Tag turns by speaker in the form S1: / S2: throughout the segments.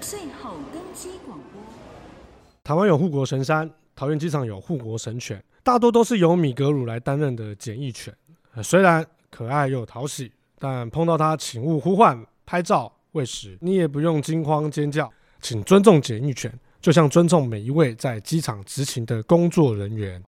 S1: 最后更新广播。
S2: 台湾有护国神山，桃园机场有护国神犬，大多都是由米格鲁来担任的检疫犬。呃虽然可爱又讨喜，但碰到它请勿呼唤、拍照、喂食，你也不用惊慌尖叫，请尊重检疫犬，就像尊重每一位在机场执勤的工作人员。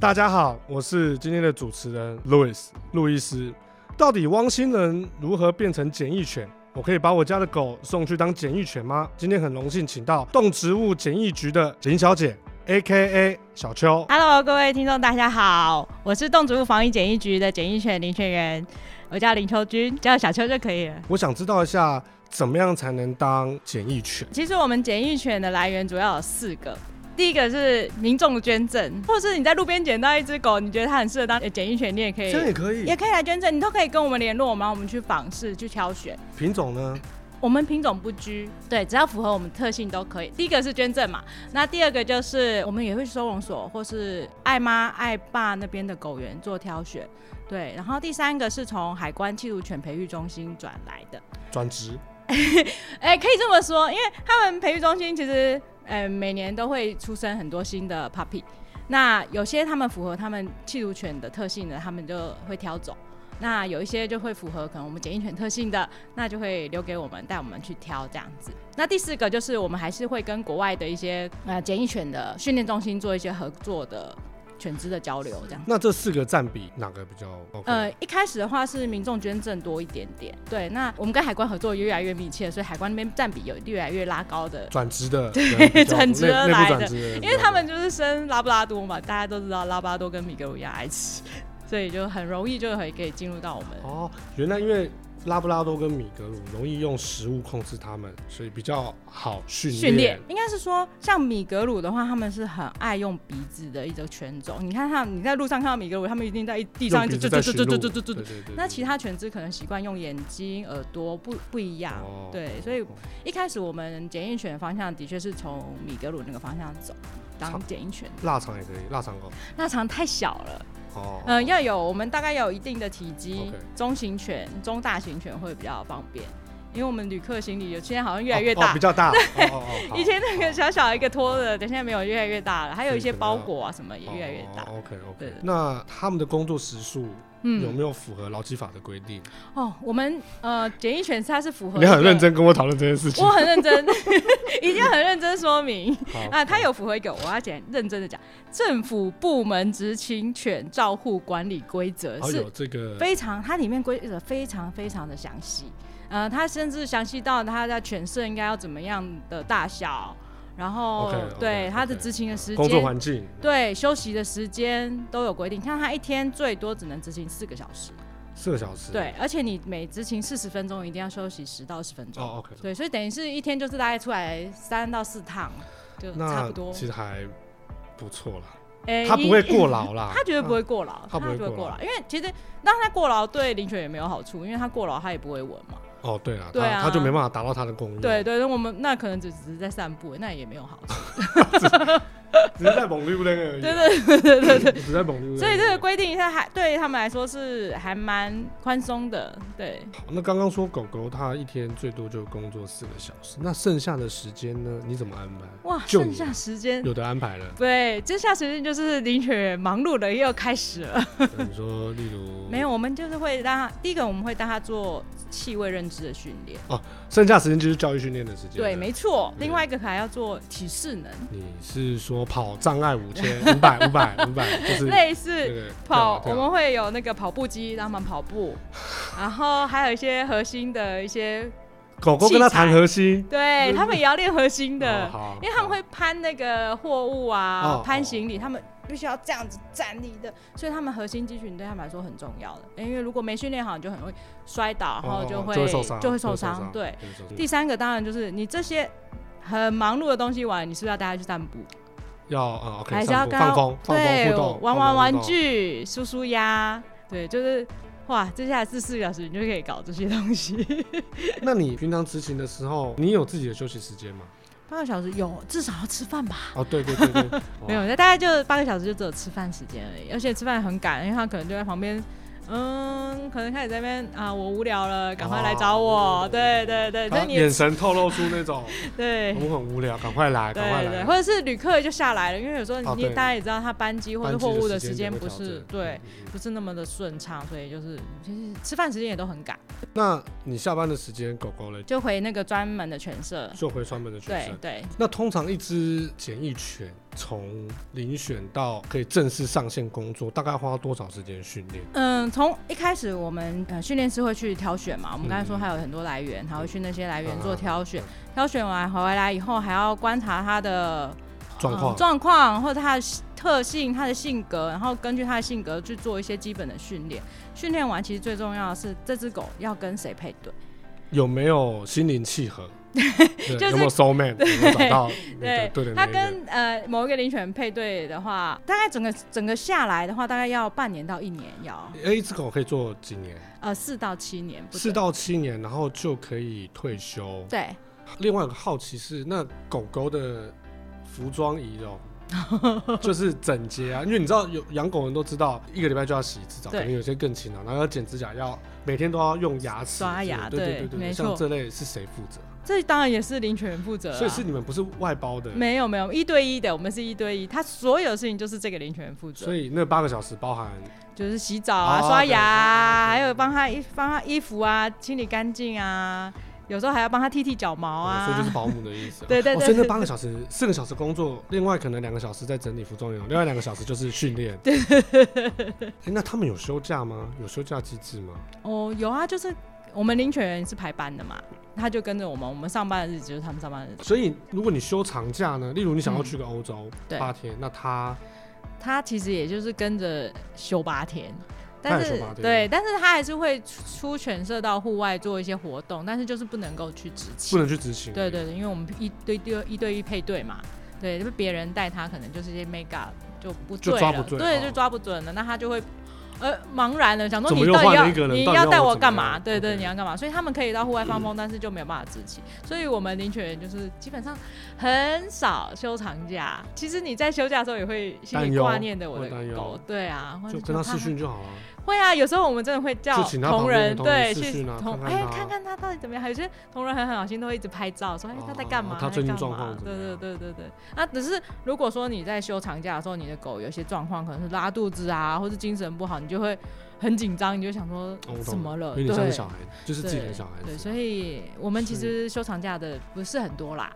S2: 大家好，我是今天的主持人 Louis 路易斯。到底汪星人如何变成检疫犬？我可以把我家的狗送去当检疫犬吗？今天很荣幸请到动植物检疫局的林小姐，A.K.A 小秋。
S3: Hello，各位听众，大家好，我是动植物防疫检疫局的检疫犬林犬员，我叫林秋君，叫小秋就可以了。
S2: 我想知道一下，怎么样才能当检疫犬？
S3: 其实我们检疫犬的来源主要有四个。第一个是民众的捐赠，或是你在路边捡到一只狗，你觉得它很适合当呃检疫犬，你也可以，
S2: 这样也可以
S3: 也。可以来捐赠，你都可以跟我们联络，然后我们去访视、去挑选。
S2: 品种呢？
S3: 我们品种不拘，对，只要符合我们特性都可以。第一个是捐赠嘛，那第二个就是我们也会去收容所或是爱妈爱爸那边的狗园做挑选，对。然后第三个是从海关缉毒犬培育中心转来的，
S2: 转职？
S3: 哎、可以这么说，因为他们培育中心其实，呃，每年都会出生很多新的 puppy。那有些他们符合他们弃乳犬的特性的，他们就会挑走；那有一些就会符合可能我们检疫犬特性的，那就会留给我们带我们去挑这样子。那第四个就是我们还是会跟国外的一些呃检疫犬的训练中心做一些合作的犬只的交流这样。
S2: 那这四个占比哪个比较 OK？、
S3: 呃，一开始的话是民众捐赠多一点点，对。那我们跟海关合作越来越密切，所以海关那边占比有越来越拉高的，
S2: 转职的人比较多，
S3: 转职
S2: 内内
S3: 而
S2: 部
S3: 来的
S2: 转职的人比较多，
S3: 因为他们就是生拉布拉多嘛，大家都知道拉布拉多跟米格鲁一样爱吃，所以就很容易就可以可以进入到我们。
S2: 哦，原来因为拉布拉多跟米格鲁容易用食物控制它们，所以比较好训
S3: 训练。应该是说，像米格鲁的话，他们是很爱用鼻子的一个犬种。你看他，你在路上看到米格鲁，他们一定在一地上
S2: 用
S3: 就
S2: 鼻子
S3: 就就
S2: 在寻
S3: 就就
S2: 路。
S3: 就
S2: 对
S3: 就
S2: 对
S3: 就就。
S2: 对
S3: 那其他犬只可能习惯用眼睛、耳朵，不不一样。
S2: 哦
S3: 对所以一开始我们检疫犬的方向的确是从米格鲁那个方向走，
S2: 好
S3: 当检疫犬。
S2: 腊肠也可以，腊肠狗。
S3: 腊肠太小了，
S2: 哦，
S3: 嗯、要有我们大概要有一定的体积
S2: OK
S3: 中型犬、中大型犬会比较方便，因为我们旅客行李有现在好像越来
S2: 哦
S3: 越
S2: 哦
S3: 大，
S2: 比较大。哦哦哦，好
S3: 以前那个小小一个拖的，等现在没有，越来越大了。还有一些包裹啊什么也越来越大。
S2: OK
S3: 对
S2: OK
S3: 对。
S2: 那他们的工作时数哦有
S3: 嗯，
S2: 没有符合劳基法的规定？
S3: 哦，我们呃检疫犬它是符合，
S2: 你很认，真跟我讨论这件事情
S3: 我。很认真， 一定要很认真说明
S2: 好
S3: 啊。它有符合一个，我要讲认真的讲，政府部门执勤犬照护管理规则
S2: 好
S3: 是
S2: 有这个
S3: 非常，它里面规则非常非常的详细，呃，它甚至详细到它的犬舍应该要怎么样的大小，然后
S2: OK，OK，
S3: 对它的
S2: OK
S3: 执勤的时
S2: 工作
S3: 间，
S2: 环境。
S3: 对休息的时间都有规定，像它一天最多只能执勤四个小时，
S2: 四个小时。。
S3: 对，而且你每执勤四十分钟一定要休息十到二十分钟，
S2: 哦，OK。
S3: 对，所以等于是一天就是大概出来三到四趟，就差
S2: 那
S3: 不多。
S2: 其实还不错啦，
S3: 诶
S2: 他不会过劳啦。啊
S3: 他绝对不会过劳，
S2: 他不会
S3: 绝对
S2: 过
S3: 过
S2: 劳
S3: 劳，因为其实让他过劳对林犬也没有好处，因为他过劳他也不会闻嘛。
S2: 哦，对了，
S3: 对
S2: 他
S3: 啊
S2: 他就没办法达到他的功用，
S3: 对，对，那我们那可能只只是在散步，那也没有好处。
S2: 只是在猛溜人而已，
S3: 对
S2: 对对对对，只是在猛溜人。
S3: 所以这个规定它还对他们来说是还蛮宽松的，对。
S2: 好，那刚刚说狗狗它一天最多就工作四个小时，那剩下的时间呢？你怎么安排？
S3: 哇，
S2: 就
S3: 剩
S2: 你
S3: 下时间。，
S2: 有的安排了
S3: 对，这下时间就是林犬员忙碌的又开始了。
S2: 呃你说例如
S3: 没有，我们就是会让他，第一个我们会带他做气味认知的训练，
S2: 剩下时间就是教育训练的时间。
S3: 对，没。错。
S2: 对
S3: 另外一个还要做体适能，
S2: 你是说跑障碍五千五百五百五百，就是
S3: 类
S2: 那
S3: 似
S2: 个
S3: 跑，
S2: 对
S3: 我
S2: 啊
S3: 们会有那个跑步机让他们 跑步，然后还有一些核心的一些，
S2: 狗狗跟它谈核心
S3: 对他们也要练核心
S2: 哦
S3: 的，
S2: 好
S3: 因为他们会攀那个货物啊
S2: 哦，
S3: 攀行李，他们必须要这样子站立的，所以他们核心肌群对他们来说很重要的。因为如果没训练好，你就很容易摔倒，然后就
S2: 哦
S3: 会
S2: 就会受伤，
S3: 就会
S2: 受
S3: 受伤。对，，
S2: 就会受伤
S3: 第三个当然就是你这些很忙碌的东西完，你是不是要带他去散步？
S2: 要啊，OK，
S3: 还是
S2: 散
S3: 要
S2: 步
S3: 跟
S2: 放
S3: 他
S2: 风放风
S3: 对
S2: 互动，
S3: 玩
S2: 放风
S3: 玩
S2: 互
S3: 玩
S2: 动。
S3: 具、舒舒压，对，就是哇，接下来是四个小时，你就可以搞这些东西。
S2: 那你平常执勤的时候，你有自己的休息时间吗？
S3: 八个小时有，至少要吃饭吧？
S2: 哦，对对 对对，
S3: 没有，那大概就八个小时，就只有吃饭时间而已。而且吃饭很赶，因为他可能就在旁边嗯，可能开始这边啊，我无聊了，赶快来找我。
S2: 哦
S3: 对对对，
S2: 他
S3: 这
S2: 眼
S3: 你
S2: 神透露出那种
S3: 对
S2: 我们很无聊，赶快来，赶快
S3: 对对，
S2: 来。
S3: 或者是旅客就下来了，因为有时候
S2: 哦
S3: 你
S2: 对
S3: 大家也知道，他班机或
S2: 班
S3: 者
S2: 机
S3: 货物的
S2: 时
S3: 时间
S2: 就会
S3: 不
S2: 调
S3: 是
S2: 整
S3: 对，。
S2: 嗯嗯
S3: 不是那么的顺畅，所以就是其实吃饭时间也都很赶，
S2: 嗯那你下班的时间，狗狗嘞
S3: 就回那个专门的犬舍。
S2: 就回专门的犬
S3: 对
S2: 舍。
S3: 对，
S2: 那通常一只简易犬从遴选到可以正式上线工作，大概花多少时间训练？
S3: 嗯，从一开始我们呃训练师会去挑选嘛，我们刚才说还有很多来源，还会去那些来源做挑选
S2: 嗯，
S3: 挑选完回来以后还要观察它的
S2: 状况
S3: 嗯状况或者它的特性、它的性格，然后根据它的性格去做一些基本的训练。训练完其实最重要的是这只狗要跟谁配对。
S2: 有没有心灵契 合？对
S3: 就是
S2: 有没有 soul mate？有没有找到你的
S3: 对
S2: 对的那
S3: 它
S2: 一个？
S3: 跟呃某一个灵犬配对的话，大概整个整个下来的话，大概要半年到一年要，
S2: 哎，一只狗可以做几年？
S3: 呃四到七年不等。
S2: 四到七年，然后就可以退休。
S3: 对，
S2: 另外有个好奇是，那狗狗的服装仪容 就是整洁啊，因为你知道有养狗人都知道，一个礼拜就要洗一次澡，可
S3: 对
S2: 能有些更勤劳，然后要剪指甲，要每天都要用牙齿
S3: 刷牙
S2: 对对
S3: 对
S2: 对对，
S3: 没
S2: 像
S3: 错
S2: 这类是谁负责？
S3: 这当然也是灵犬负责、啊，
S2: 所以是你们不是外包的，
S3: 没有没有一对一的，我们是一对一，他所有事情就是这个林权负责，
S2: 所以那八个小时包含
S3: 就是洗澡啊、
S2: 哦嗯
S3: 刷牙啊，
S2: 对对对
S3: 还有帮他衣帮他衣服啊清理干净啊，有时候还要帮他剃剃脚毛
S2: 哦所以就
S3: 啊。
S2: 是。保姆的意思
S3: 对对
S2: 哦
S3: 对
S2: 所以那八个小时，四个小时工作，另外可能两个小时在整理服装仪容，另外两个小时就是训练。对、那他们有休假吗？有休假机制吗？
S3: 哦，有啊，就是我们林犬是排班的嘛，他就跟着我们，我们上班的日子就是他们上班的日子。
S2: 所以，如果你休长假呢，例如你想要去个欧洲
S3: 嗯对
S2: 八天，那他
S3: 他其实也就是跟着休八天。但
S2: 他也
S3: 是
S2: 休八天
S3: 对，但是他还是会出出犬舍到户外做一些活动，但是就是不能够去执勤
S2: 不。能去执行。
S3: 对对对，因为我们一对一对一对一配对嘛，对，就是别人带他可能就是一些 make up 就不
S2: 就
S3: 对了，
S2: 抓不准
S3: 对，
S2: 哦
S3: 就抓不准了，那他就会。呃，茫然了，想说
S2: 怎么
S3: 你
S2: 又
S3: 到底
S2: 换
S3: 要
S2: 了一个人
S3: 你
S2: 到底
S3: 要
S2: 要
S3: 带
S2: 我
S3: 我
S2: 怎
S3: 干
S2: 么
S3: 嘛？
S2: 样
S3: 对对，
S2: OK
S3: 你要干嘛？所以他们可以到户外放风，但是就没有办法执勤。所以我们领犬员就是基本上很少休长假。其实你在休假的时候也会心
S2: 担
S3: 里
S2: 忧
S3: 挂念着我的
S2: 会担忧
S3: 狗，对啊，或者
S2: 就跟他
S3: 怕
S2: 视讯就好了。
S3: 会啊，有时候我们真的会叫
S2: 就请他旁
S3: 同
S2: 边的
S3: 仁
S2: 同
S3: 对
S2: 仁视
S3: 去
S2: 讯啊
S3: 同哎
S2: 看看他
S3: 看看他到底怎么样。还有些同仁很好心，都会一直拍照，说哎
S2: 哦
S3: 他在干嘛？
S2: 他
S3: 在
S2: 最近
S3: 干
S2: 状
S3: 嘛
S2: 况怎么
S3: 对对
S2: 样
S3: 对对对。那只是如果说你在休长假的时候，你的狗有些状况，可能是拉肚子啊，或是精神不好，你就会很紧张，你就想说
S2: 哦我懂
S3: 怎么了？
S2: 有点像是
S3: 对
S2: 小孩，就是自己的小孩
S3: 对，
S2: 子。啊
S3: 所以我们其
S2: 所以
S3: 实休长假的不是很多啦。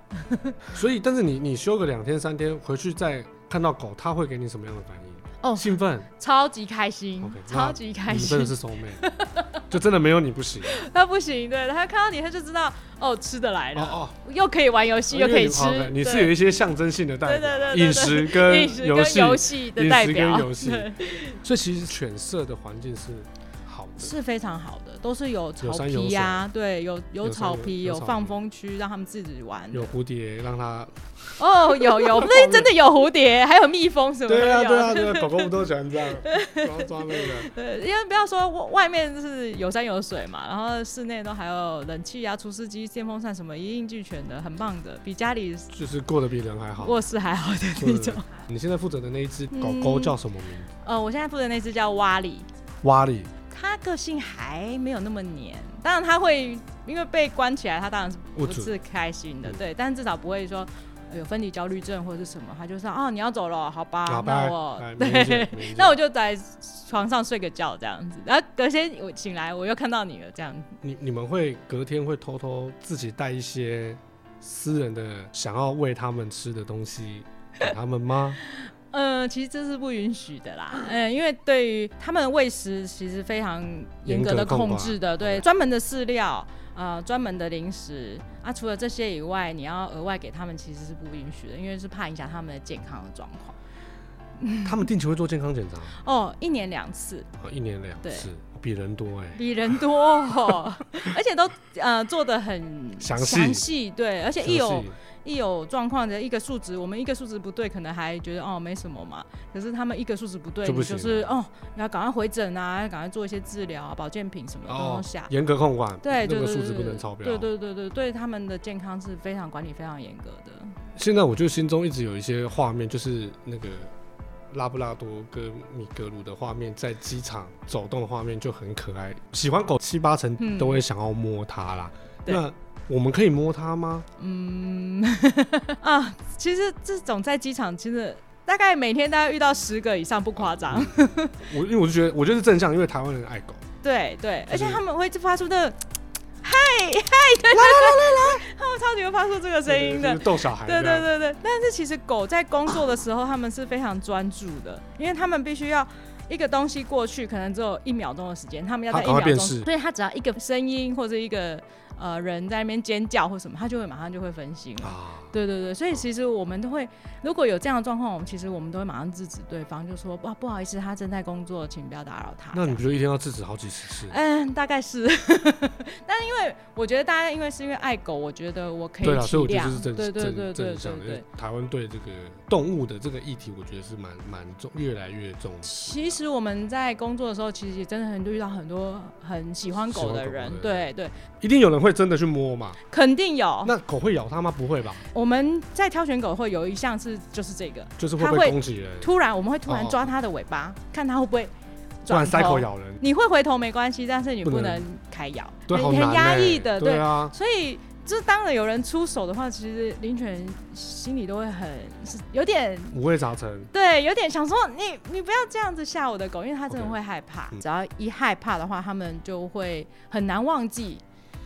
S2: 所以，但是你你休个两天三天，回去再看到狗，它会给你什么样的反应？
S3: 哦
S2: 兴奋，
S3: 超级开心
S2: OK，那
S3: 超级开
S2: 你们
S3: 心
S2: 真的。是收妹， 就真的没有你不行。
S3: 他不行，对他看到你，他就知道哦，吃的来了，
S2: 哦哦，哦
S3: 又可以玩游戏，又可以吃
S2: 因为你 OK，。你
S3: 对
S2: 是有一些象征性的代
S3: 对
S2: 表
S3: 对
S2: 啊，
S3: 对对
S2: 饮食跟
S3: 饮食
S2: 游
S3: 跟
S2: 戏，
S3: 游戏的
S2: 饮
S3: 代
S2: 食
S3: 表
S2: 跟，游戏
S3: 对，
S2: 所以其实犬舍的环境是好的。
S3: 是非常好的，都是有草
S2: 有山
S3: 皮啊，对，有
S2: 有
S3: 有
S2: 山
S3: 草
S2: 有
S3: 皮，
S2: 有
S3: 有
S2: 草
S3: 放
S2: 皮
S3: 风区，让他们自己玩。
S2: 有蝴蝶让它，
S3: 哦，有有，那真的有蝴蝶，还有蜜蜂什么的。
S2: 对啊
S3: 有
S2: 对啊对啊，狗狗不都喜欢这样，然后抓那个。
S3: 对，因为不要说外外面是有山有水嘛，然后室内都还有冷气啊、除湿机、电风扇什么一应俱全的，很棒的，比家里
S2: 就是过得比人还好。
S3: 卧室还好的那种。
S2: 你现在负责的那一只狗
S3: 嗯
S2: 狗叫什么名字？
S3: 呃，我现在负责那只叫蛙里，
S2: 瓦里。
S3: 他个性还没有那么黏，当然他会因为被关起来，他当然是
S2: 不
S3: 不
S2: 准
S3: 是开心的，
S2: 嗯
S3: 对，但至少不会说呃有分离焦虑症或者是什么，他就说哦你要走了，好吧，
S2: 好吧
S3: 啊那我
S2: 哎没意
S3: 对
S2: 见没意见，
S3: 那我就在床上睡个觉这样子，然后隔天我醒来我又看到你了这样子，
S2: 你你们会隔天会偷偷自己带一些私人的想要喂他们吃的东西给他们吗？
S3: 嗯，其实这是不允许的啦，嗯，因为对于他们的喂食其实非常严格的控制的，对，专门的饲料。呃，专门的零食啊，除了这些以外，你要额外给他们其实是不允许的，因为是怕影响他们的健康的状况。
S2: 他们定期会做健康检查，
S3: 哦，一年两次，
S2: 啊一年两次，比人多哎、
S3: 比人多、 哦，而且都呃做的很
S2: 详细
S3: 细，对，而且一
S2: 详
S3: 有
S2: 细
S3: 一有状况的一个数值，我们一个数值不对，可能还觉得哦没什么嘛。可是他们一个数值不对，
S2: 就不
S3: 你就
S2: 行
S3: 是
S2: 了
S3: 哦要赶快回诊啊，要赶快做一些治疗啊，保健品什么的都
S2: 哦
S3: 要下。，
S2: 严格控管，
S3: 对，
S2: 那
S3: 对
S2: 个
S3: 对
S2: 数值不
S3: 对
S2: 能超标。
S3: 对对对对，对他们的健康是非常管理非常严格的。
S2: 现在我就心中一直有一些画面，就是那个拉布拉多跟米格鲁的画面在机场走动的画面就很可爱。喜欢狗七八成
S3: 嗯
S2: 都会想要摸它啦。
S3: 对
S2: 那我们可以摸它吗？
S3: 嗯啊，其实这种在机场真的大概每天大概遇到十个以上，不夸
S2: 嗯
S3: 张。
S2: 我因为我就觉得我就是正向，因为台湾人爱狗。
S3: 对对，而且
S2: 就是
S3: 他们会发出那个嗨嗨的，来来来来， 他们超级会发出这个声音
S2: 对
S3: 的
S2: 就。是逗小孩。
S3: 对对。对对，但是其实狗在工作的时候，他们是非常专注的，因为他们必须要一个东西过去，可能只有一秒钟的时间，他们要
S2: 它
S3: 在一
S2: 赶快
S3: 秒
S2: 辨
S3: 钟，
S2: 识
S3: 所以他只要一个声音或者一个呃人在那边尖叫或什么，他就会马上就会分心了。
S2: 啊，
S3: 对对对，所以其实我们都会，如果有这样的状况，我们其实我们都会马上制止对方，就说哇不好意思，他正在工作，请不要打扰他。
S2: 那你不就一天要制止好几十次？
S3: 嗯，大概是， 但是因为我觉得大家因为是因为爱狗，我觉得我可以体
S2: 对啦，
S3: 谅，
S2: 所以我觉得这是正
S3: 对对对
S2: 正
S3: 对
S2: 正
S3: 对
S2: 向的。因
S3: 对
S2: 为。台湾对这个动物的这个议题，我觉得是蛮蛮重，越来越重视。
S3: 其实我们在工作的时候，其实也真的很遇到很多很喜欢狗的人
S2: 喜欢，狗的
S3: 对对，
S2: 一定有人会真的去摸嘛？
S3: 肯定有。
S2: 那狗会咬它吗？不会吧？
S3: 我们在挑选狗会有一项是就是这个，
S2: 就是会
S3: 它
S2: 不
S3: 会
S2: 攻击人？
S3: 突然我们会突然
S2: 哦
S3: 抓它的尾巴，看它会不会
S2: 突然
S3: 转
S2: 塞口
S3: 头。
S2: 咬人，
S3: 你会回头没关系，但是你
S2: 不
S3: 不
S2: 能
S3: 能开咬，
S2: 对，好
S3: 很
S2: 难
S3: 很压
S2: 欸
S3: 抑的，
S2: 对啊，
S3: 所以这当然有人出手的话，其实林犬心里都会很是有点
S2: 五味杂陈。
S3: 对，有点想说你你不要这样子吓我的狗，因为它真的
S2: OK
S3: 会害怕。
S2: 嗯
S3: 只要一害怕的话，它们就会很难忘记，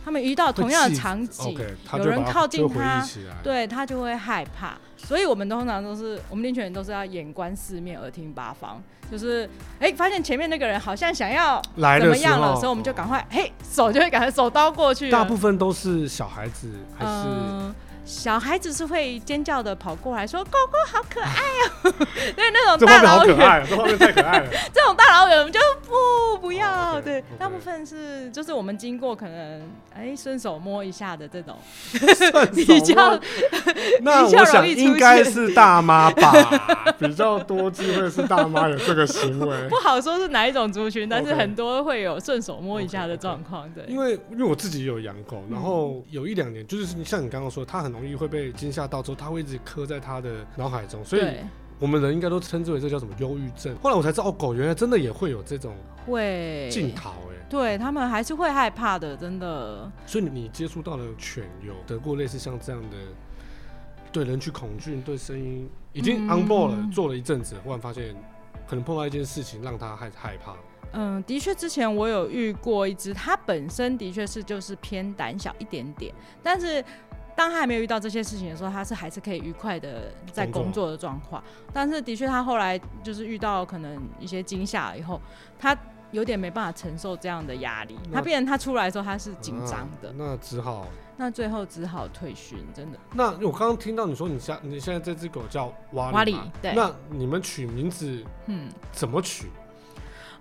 S3: 他们遇到同样的场景，
S2: OK，它
S3: 有
S2: 就
S3: 人
S2: 把它
S3: 靠近
S2: 就回忆
S3: 它
S2: 起来。
S3: 对它就会害怕。所以我们通常都是我们领犬人都是要眼观四面，耳听八方，就是哎、发现前面那个人好像想要
S2: 来
S3: 怎
S2: 的
S3: 么
S2: 时
S3: 样
S2: 候，
S3: 了，所以我们就赶快嘿手就会赶快手刀过去了。
S2: 大部分都是小孩子还是
S3: 嗯，小孩子是会尖叫的跑过来说：“狗狗好可爱哦！” 对，那
S2: 这
S3: 种
S2: 画
S3: 大
S2: 面好
S3: 老
S2: 可
S3: 远，
S2: 爱，这画面太可爱了。
S3: 这种大老远我们就不不要。
S2: 哦，OK，
S3: 对
S2: OK
S3: 大部分是就是我们经过可能哎顺手摸一下的这 种，
S2: 比
S3: 比较
S2: 那
S3: 比较
S2: 我想
S3: 容易出
S2: 应该是大妈 吧，比较多机会是大妈有这个行为
S3: 不。好说是哪一种族群，但是
S2: OK
S3: 很多会有顺手摸一下的状况。对，
S2: 因为因为我自己有养狗，
S3: 嗯
S2: 然后有一两年就是像你刚刚说，它很容易会被惊吓到，之后它会一直刻在它的脑海中，所以
S3: 对
S2: 我们人应该都称之为这叫什么忧郁症。后来我才知道，哦，狗原来真的也会有这种
S3: 会
S2: 镜头哎，
S3: 对他们还是会害怕的，真的。
S2: 所以你你接触到了犬，有得过类似像这样的对人去恐惧、对声音已经
S3: 嗯
S2: on board 了，做了一阵子，忽然发现可能碰到一件事情让它害害怕，
S3: 嗯，的确，之前我有遇过一只，它本身的确是就是偏胆小一点点，但是当它还没有遇到这些事情的时候，它是还是可以愉快的在
S2: 工作
S3: 工作的状况。但是的确，它后来就是遇到可能一些惊吓以后，它有点没办法承受这样的压力，
S2: 那
S3: 它变成它出来的时候它是紧张的
S2: 啊，那只好。
S3: 那最后只好退训，真的。
S2: 那我刚刚听到你说你家你现在这只狗叫瓦里
S3: 瓦里
S2: 嘛
S3: 对
S2: 那你们取名字
S3: 嗯，
S2: 怎么取？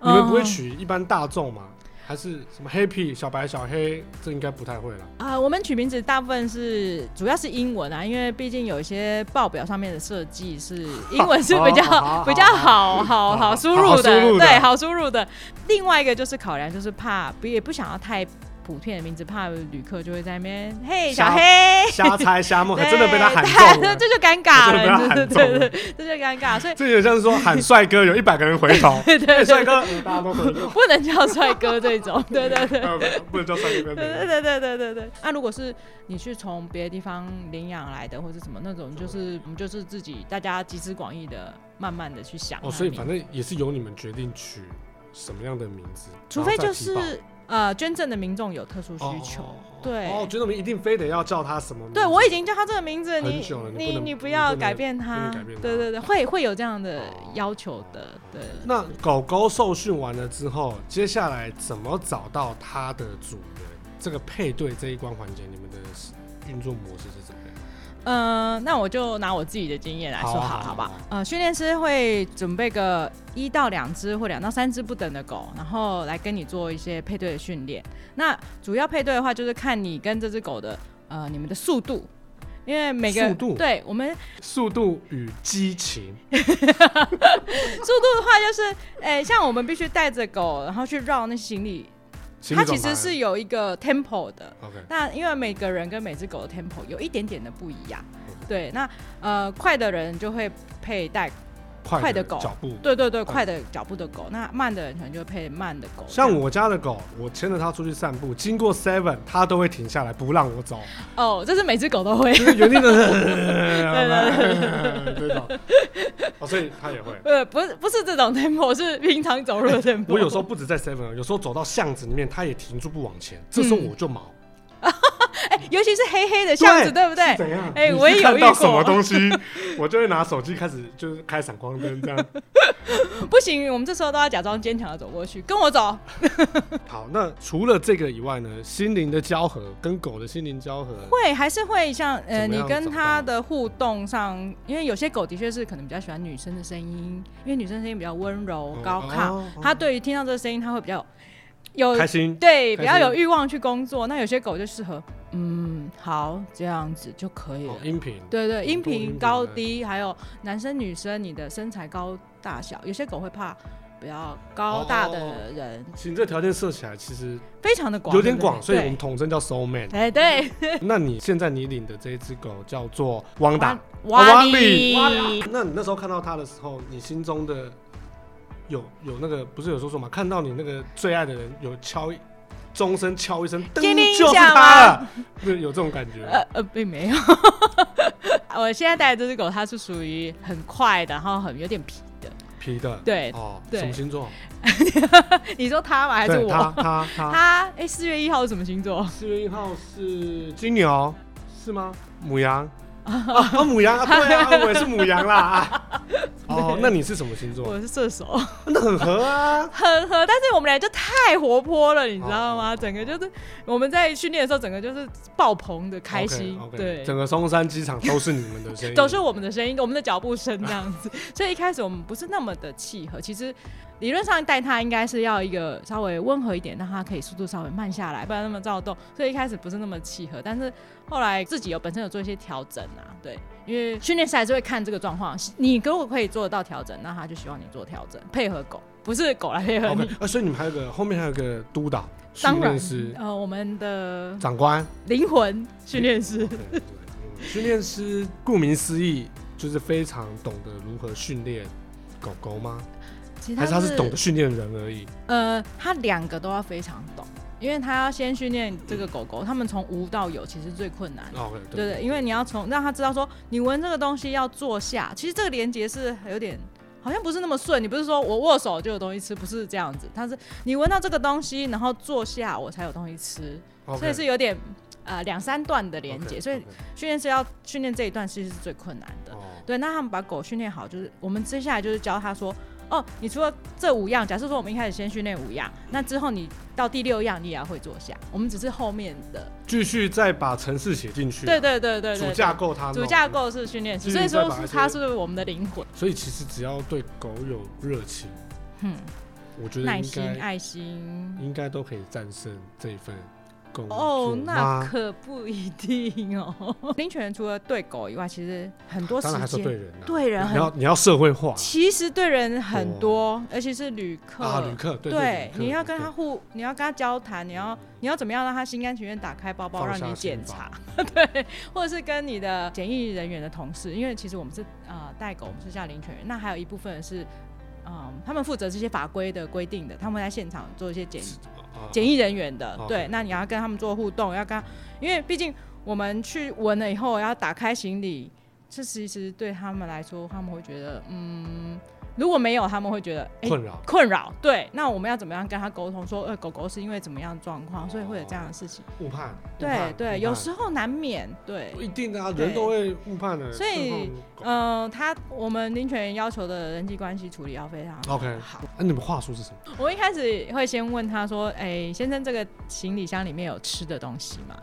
S2: 你们不会
S3: 嗯
S2: 取一般大众吗？还是什么 Happy 小白小黑？这应该不太会了。
S3: 啊、我们取名字大部分是主要是英文啊，因为毕竟有一些报表上面的设计是 英文是比较
S2: 好好好
S3: 比较好好
S2: 好
S3: 好输入的，
S2: 好输入的
S3: 对，好输入的。另外一个就是考量，就是怕不也不想要太普遍的名字，怕旅客就会在那边嘿
S2: 瞎
S3: 小黑，
S2: 瞎猜瞎摸，
S3: 对
S2: 还真的被他喊 中了。
S3: 这就尴 尬
S2: 真的被他
S3: 了，
S2: 喊
S3: 对
S2: 中了
S3: 对对，这就尴尬，所以
S2: 这有点像是说喊帅哥，有一百个人回头。
S3: 对 对
S2: 哎，帅
S3: 对，
S2: 哥，嗯大家都回头。
S3: 不能叫帅哥这种，对 对对。
S2: 呃不不能叫帅哥，
S3: 对对对对对对对。那、如果是你去从别的地方领养来的，或者什么那种，就是我们就是自己大家集思广益的，慢慢的去想它
S2: 哦，
S3: 的名字。
S2: 所以反正也是由你们决定取什么样的名字，
S3: 除非就是呃捐赠的民众有特殊
S2: 然后再
S3: 需
S2: 提
S3: 求，
S2: 报哦哦
S3: 对。
S2: 哦，觉得我们一定非得要叫他什么名字？
S3: 对，我已经叫他这个名字，
S2: 很
S3: 你
S2: 久了你不
S3: 你
S2: 能
S3: 不要
S2: 你不能
S3: 改变
S2: 不
S3: 他
S2: 能改变它
S3: 对对对，会会有这样的
S2: 哦
S3: 要求的，对。
S2: 那狗狗受训完了之后，接下来怎么找到它的主人？这个配对这一关环节，你们的运作模式是怎么样？
S3: 呃，那我就拿我自己的经验来说
S2: 好
S3: 好，
S2: 啊
S3: 好
S2: 好啊
S3: 吧
S2: 好啊？
S3: 呃，训练师会准备个一到两只或两到三只不等的狗，然后来跟你做一些配对的训练。那主要配对的话，就是看你跟这只狗的呃你们的速度，因为每个
S2: 速度
S3: 对我们
S2: 速度与激情，
S3: 速度的话，就是诶、像我们必须带着狗，然后去绕那行李，
S2: 行
S3: 它
S2: 李
S3: 其
S2: 转
S3: 实
S2: 盘
S3: 是有一个 tempo 的。
S2: OK，
S3: 那因为每个人跟每只狗的 tempo 有一点点的不一样，对，那呃快的人就会佩戴
S2: 快
S3: 快
S2: 的
S3: 的狗
S2: 脚步。嗯
S3: 对对对，快的脚步的狗，那慢的人可能就会配慢的狗。
S2: 像我家的狗，我牵着它出去散步，经过 Seven，它都会停下来不让我走，
S3: 哦，这是每只狗都 会，
S2: 就是原地的， 这种。哦，所以它也会。
S3: 呃，不是不是这种 tempo，是平常走路的 tempo。
S2: 我有时候不止在 Seven，有时候走到巷子里面，它也停住不往前，这时候
S3: 嗯
S2: 我就毛。
S3: 哎、尤其是黑黑的巷子，
S2: 对
S3: 对不对？
S2: 是怎样？
S3: 哎
S2: 你是
S3: 我也有
S2: 看到
S3: 遇过
S2: 什么东西，我就会拿手机开始就是开闪光灯这样。
S3: 不行，我们这时候都要假装坚强的走过去，跟 我走。
S2: 好，那除了这个以外呢，心灵的交合跟狗的心灵交合，
S3: 会还是会像呃，
S2: 怎么
S3: 你
S2: 样
S3: 跟
S2: 找
S3: 它
S2: 到
S3: 的互动上，因为有些狗的确是可能比较喜欢女生的声音，因为女生声音比较温柔
S2: 哦、
S3: 高亢
S2: 哦哦，
S3: 它对于听到这个声音，它会比较有
S2: 开心。
S3: 对
S2: 开
S3: 比较有
S2: 心
S3: 欲望去工作。那有些狗就适合，嗯，好这样子就可以了
S2: 哦，。音频
S3: 对对，音
S2: 多音
S3: 频
S2: 频
S3: 高
S2: 的
S3: 低，还有男生女生你的身材高大小，有些狗会怕比较高大的人，
S2: 其实这条件设起来其实
S3: 非常的广，
S2: 哦有点
S3: 对不对
S2: 广，所以我们统称叫 soul man
S3: 对。哎对，
S2: 那你现在你领的这一只狗叫做汪达，
S3: 哇
S2: 里
S3: 你
S2: 哇里那你那时候看到它的时候，你心中的有有那个不是有说说嘛？看到你那个最爱的人有敲一钟声敲一声，噔
S3: 叮铃一
S2: 就是
S3: 下
S2: 它了， 是有这种感觉。
S3: 呃呃，并没有。 我现在带的这只狗，它是属于很快的，然后很有点皮的。
S2: 皮的，
S3: 对
S2: 哦，
S3: 对
S2: 什么星座？
S3: 你说它吗？还是
S2: 对它哦
S3: 我？
S2: 它它，
S3: 它哎，四月一号是什么星座？
S2: 四月一号是金牛，是吗？母 羊。啊啊，母羊啊，对啊，我也是母羊啦。啊 哦，那你是什么星座？
S3: 我是射手，
S2: 那很合啊。
S3: 很合。但是我们俩就太活泼了，你知道吗？整个就是我们在训练的时候，整个就是爆棚的开心
S2: o k o k
S3: 对。
S2: 整个松山机场都是你们的声音，
S3: 都是我们的声音，我们的脚步声这样 子，所以一开始我们不是那么的契合。其实理论上带它应该是要一个稍微温和一点，让它可以速度稍微慢下来，不然那么躁动。所以一开始不是那么契合，但是后来自己有本身有做一些调整啊，对，因为训练师还是会看这个状况，你如果可以做得到调整，那他就希望你做调整，配合狗，不是狗来配合
S2: OK
S3: 你。
S2: 啊，所以你们还有个后面还有个督导训
S3: 当
S2: 练
S3: 然
S2: 师，
S3: 呃，我们的
S2: 长官，
S3: 灵魂训练师，
S2: 对对嗯训练师顾名思义就是非常懂得如何训练狗狗吗？
S3: 其实
S2: 还是他是懂得训练人而已？
S3: 呃，他两个都要非常懂，因为他要先训练这个狗狗，他们从无到有其实最困难。
S2: 哦，
S3: 对对，因为你要从让他知道说，你闻这个东西要坐下，其实这个连接是有点好像不是那么顺。你不是说我握手就有东西吃，不是这样子，它是你闻到这个东西，然后坐下我才有东西吃，所以是有点呃两三段的连接，所以训练是要训练这一段其实是最困难的。
S2: 哦，
S3: 对，那他们把狗训练好，就是我们接下来就是教他说，哦，你除了这五样，假设说我们一开始先训练五样，那之后你到第六样你也要会坐下，我们只是后面的，
S2: 继续再把程式写进去，啊
S3: 对对对对对
S2: 主架构它，
S3: 主架。构是训练师，
S2: 继
S3: 所以
S2: 续再
S3: 说
S2: 把
S3: 是
S2: 一
S3: 它
S2: 些
S3: 是我们的灵魂，
S2: 所以其实只要对狗有热情，
S3: 嗯，
S2: 我觉得
S3: 耐
S2: 应
S3: 心、
S2: 该嗯
S3: 爱心。
S2: 应该都可以战胜这一份工作
S3: 哦，那
S2: 吗
S3: 可不一定哦。 灵犬除了对狗以外，其实很多时
S2: 当然还是
S3: 间
S2: 要对人啊，
S3: 对人
S2: 你
S3: 很
S2: 要你要社会化
S3: 其实对人很
S2: 哦
S3: 多，而且是旅客。
S2: 啊，旅客对
S3: 对，
S2: 旅客
S3: 你要
S2: 旅
S3: 跟
S2: 客
S3: 他互，你要跟他交谈，你要你要怎么样让他心甘情愿打开包包
S2: 放
S3: 让
S2: 下
S3: 你
S2: 心
S3: 检
S2: 房
S3: 查， 对，或者是跟你的检疫人员的同事，因为其实我们是呃带狗，我们是叫领犬员，那还有一部分是嗯、他们负责这些法规的规定的，他们在现场做一些检疫
S2: 啊
S3: 检疫人员的
S2: 哦，
S3: 对
S2: 对，
S3: 那你要跟他们做互动，要跟他，因为毕竟我们去闻了以后，要打开行李，这其实对他们来说，他们会觉得，嗯，如果没有，他们会觉得，哎、
S2: 困扰。
S3: 困扰。对，那我们要怎么样跟他沟通？说，呃，狗狗是因为怎么样状
S2: 哦
S3: 况，所以会有这样的事情。
S2: 误判，误
S3: 对
S2: 判
S3: 对，
S2: 误
S3: 有
S2: 判
S3: 时候难免，对。
S2: 一定的啊，
S3: 对
S2: 人都会误判的。
S3: 所以
S2: 更何况
S3: 嗯，他我们林犬要求的人际关系处理要非常
S2: 狗 OK，啊
S3: 好。
S2: 那你们话术是什么？
S3: 我一开始会先问他说：“哎、先生，这个行李箱里面有吃的东西吗？”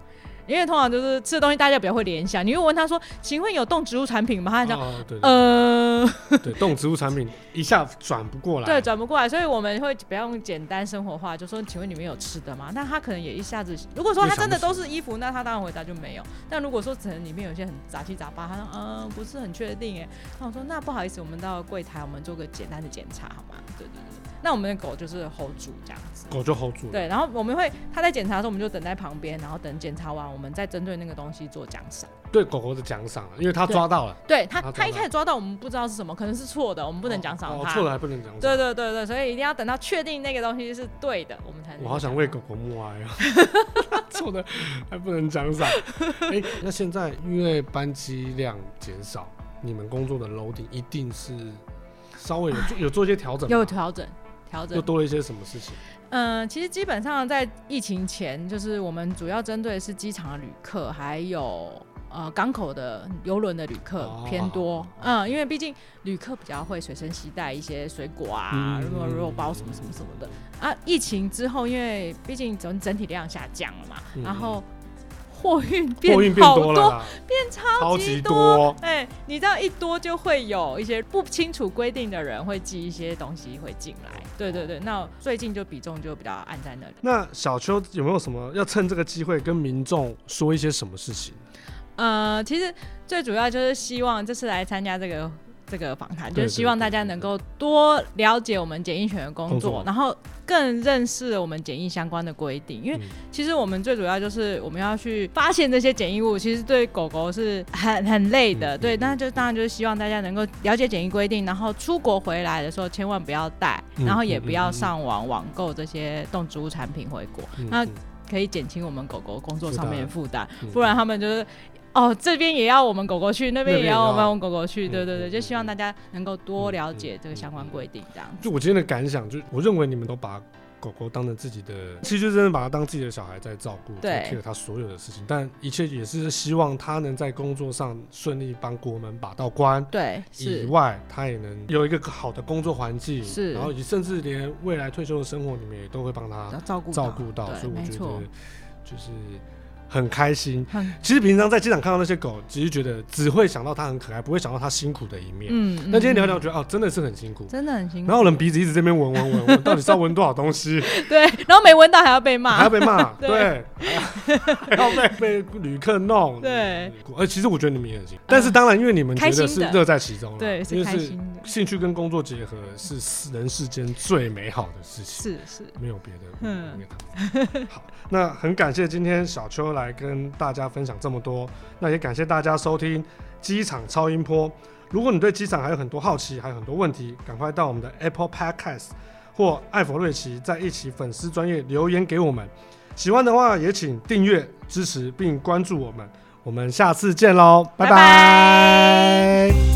S3: 因为通常就是吃的东西，大家比较会联想。你会问他说：“请问有动植物产品吗？”他讲：“
S2: 哦，对对
S3: 呃，
S2: 对，动植物产品一下转不过来。
S3: 对，转不过来。”所以我们会比较用简单生活化，就说：“请问你们有吃的吗？”那他可能也一下子，如果说他真的都是衣服，那他当然回答就没有。但如果说可能里面有一些很杂七杂八，他说：“嗯、不是很确定。”哎，那我说：“那不好意思，我们到柜台，我们做个简单的检查好吗？”对对对。那我们的狗就是 hold 住这样子。
S2: 狗就 hold 住了。
S3: 对，然后我们会它在检查的时候，我们就等在旁边，然后等检查完，我们再针对那个东西做奖赏。
S2: 对狗狗的奖赏了，因为它
S3: 对
S2: 抓到了，
S3: 对它
S2: 它，抓
S3: 它一
S2: 到
S3: 开始抓到我们不知道是什么，可能是错的，我们不能奖赏
S2: 哦
S3: 它。
S2: 错了还不能奖赏。
S3: 对对对对，所以一定要等到确定那个东西是对的，我们才能。
S2: 我好想为狗。狗默哀啊！ 错的还不能奖 赏。哎、那现在因为班机量减少，你们工作的 loading 一定是稍微有 做有做一些调整吗，
S3: 有调整，调整
S2: 又。多了一些什么事情？
S3: 嗯，其实基本上在疫情前，就是我们主要针对的是机场的旅客，还有呃港口的游轮的旅客
S2: 哦
S3: 偏多。嗯，因为毕竟旅客比较会随身携带一些水果啊、
S2: 嗯
S3: 如果肉包什么什么什么的啊。疫情之后，因为毕竟整整体量下降了嘛，
S2: 嗯
S3: 然后货运
S2: 货运变
S3: 好
S2: 多了啦，
S3: 变超
S2: 超
S3: 级
S2: 级
S3: 多
S2: 多。
S3: 哎、你知道一多就会有一些不清楚规定的人会寄一些东西会进来。对对对，那最近就比重就比较按在那里。
S2: 那小秋有没有什么要趁这个机会跟民众说一些什么事情？
S3: 呃，其实最主要就是希望这次来参加这个。这个访谈就
S2: 对
S3: 是
S2: 对嗯
S3: 希望大家能够多了解我们检疫犬的工
S2: 工
S3: 作，
S2: 作
S3: 然后更认识我们检疫相关的规定。因为
S2: 嗯
S3: 其实我们最主要就是我们要去发现这些检疫物，其实对狗狗是很很累的。
S2: 嗯
S3: 对，
S2: 嗯
S3: 那就当然就是希望大家能够了解检疫规定，然后出国回来的时候千万不要带，
S2: 嗯
S3: 然后
S2: 嗯
S3: 也
S2: 嗯
S3: 不要
S2: 嗯
S3: 上网网购这些动植物产品回国。
S2: 嗯
S3: 那
S2: 嗯
S3: 可以减轻我们狗狗工作上面的负担
S2: 嗯，
S3: 不然他们就是。哦，这边也要我们狗狗去，那边也要我们狗狗去，
S2: 那边也要
S3: 对对对，
S2: 嗯
S3: 就希望大家能够多了
S2: 嗯
S3: 解
S2: 嗯
S3: 这个相关规定，这样子。
S2: 就我今天的感想，就是我认为你们都把狗狗当成自己的，其实就真的把它当自己的小孩在照顾，
S3: 对
S2: care 它所有的事情，但一切也是希望它能在工作上顺利帮国门把到关。
S3: 对，
S2: 以
S3: 是，
S2: 外，它也能有一个好的工作环境，
S3: 是
S2: 然后也甚至连未来退休的生活，你们也都会帮它
S3: 要照顾
S2: 照顾到，所
S3: 对，
S2: 以我
S3: 没
S2: 觉
S3: 错
S2: 得，就是很开心。
S3: 很，
S2: 其实平常在机场看到那些狗，只是觉得只会想到它很可爱，不会想到它辛苦的一面。
S3: 嗯，嗯
S2: 那今天聊
S3: 嗯
S2: 聊，觉得哦，真的是很辛苦。
S3: 真的很辛苦，
S2: 然后我人鼻子一直这边闻闻闻闻，到底是要闻多少东西，
S3: 对，然后没闻到还要被
S2: 还
S3: 骂
S2: 要，被骂，
S3: 对
S2: 对，还要被被旅客弄，
S3: 对嗯
S2: 嗯。呃，其实我觉得你们也很辛苦，但是当然，因为你们觉
S3: 开
S2: 得
S3: 心
S2: 是
S3: 的
S2: 乐在其中啦，啊
S3: 对，
S2: 因
S3: 是
S2: 为
S3: 开
S2: 是
S3: 心的，
S2: 兴趣跟工作结合是人世间最美好的事情，
S3: 是是，
S2: 没有别的。
S3: 嗯
S2: 嗯，好，那很感谢今天小秋来跟大家分享这么多，那也感谢大家收听机场超音波。如果你对机场还有很多好奇，还有很多问题，赶快到我们的 Apple Podcast 或艾佛瑞奇在一起粉丝专业留言给我们。喜欢的话也请订阅、支持并关注我们。我们下次见喽，拜
S3: 拜
S2: 拜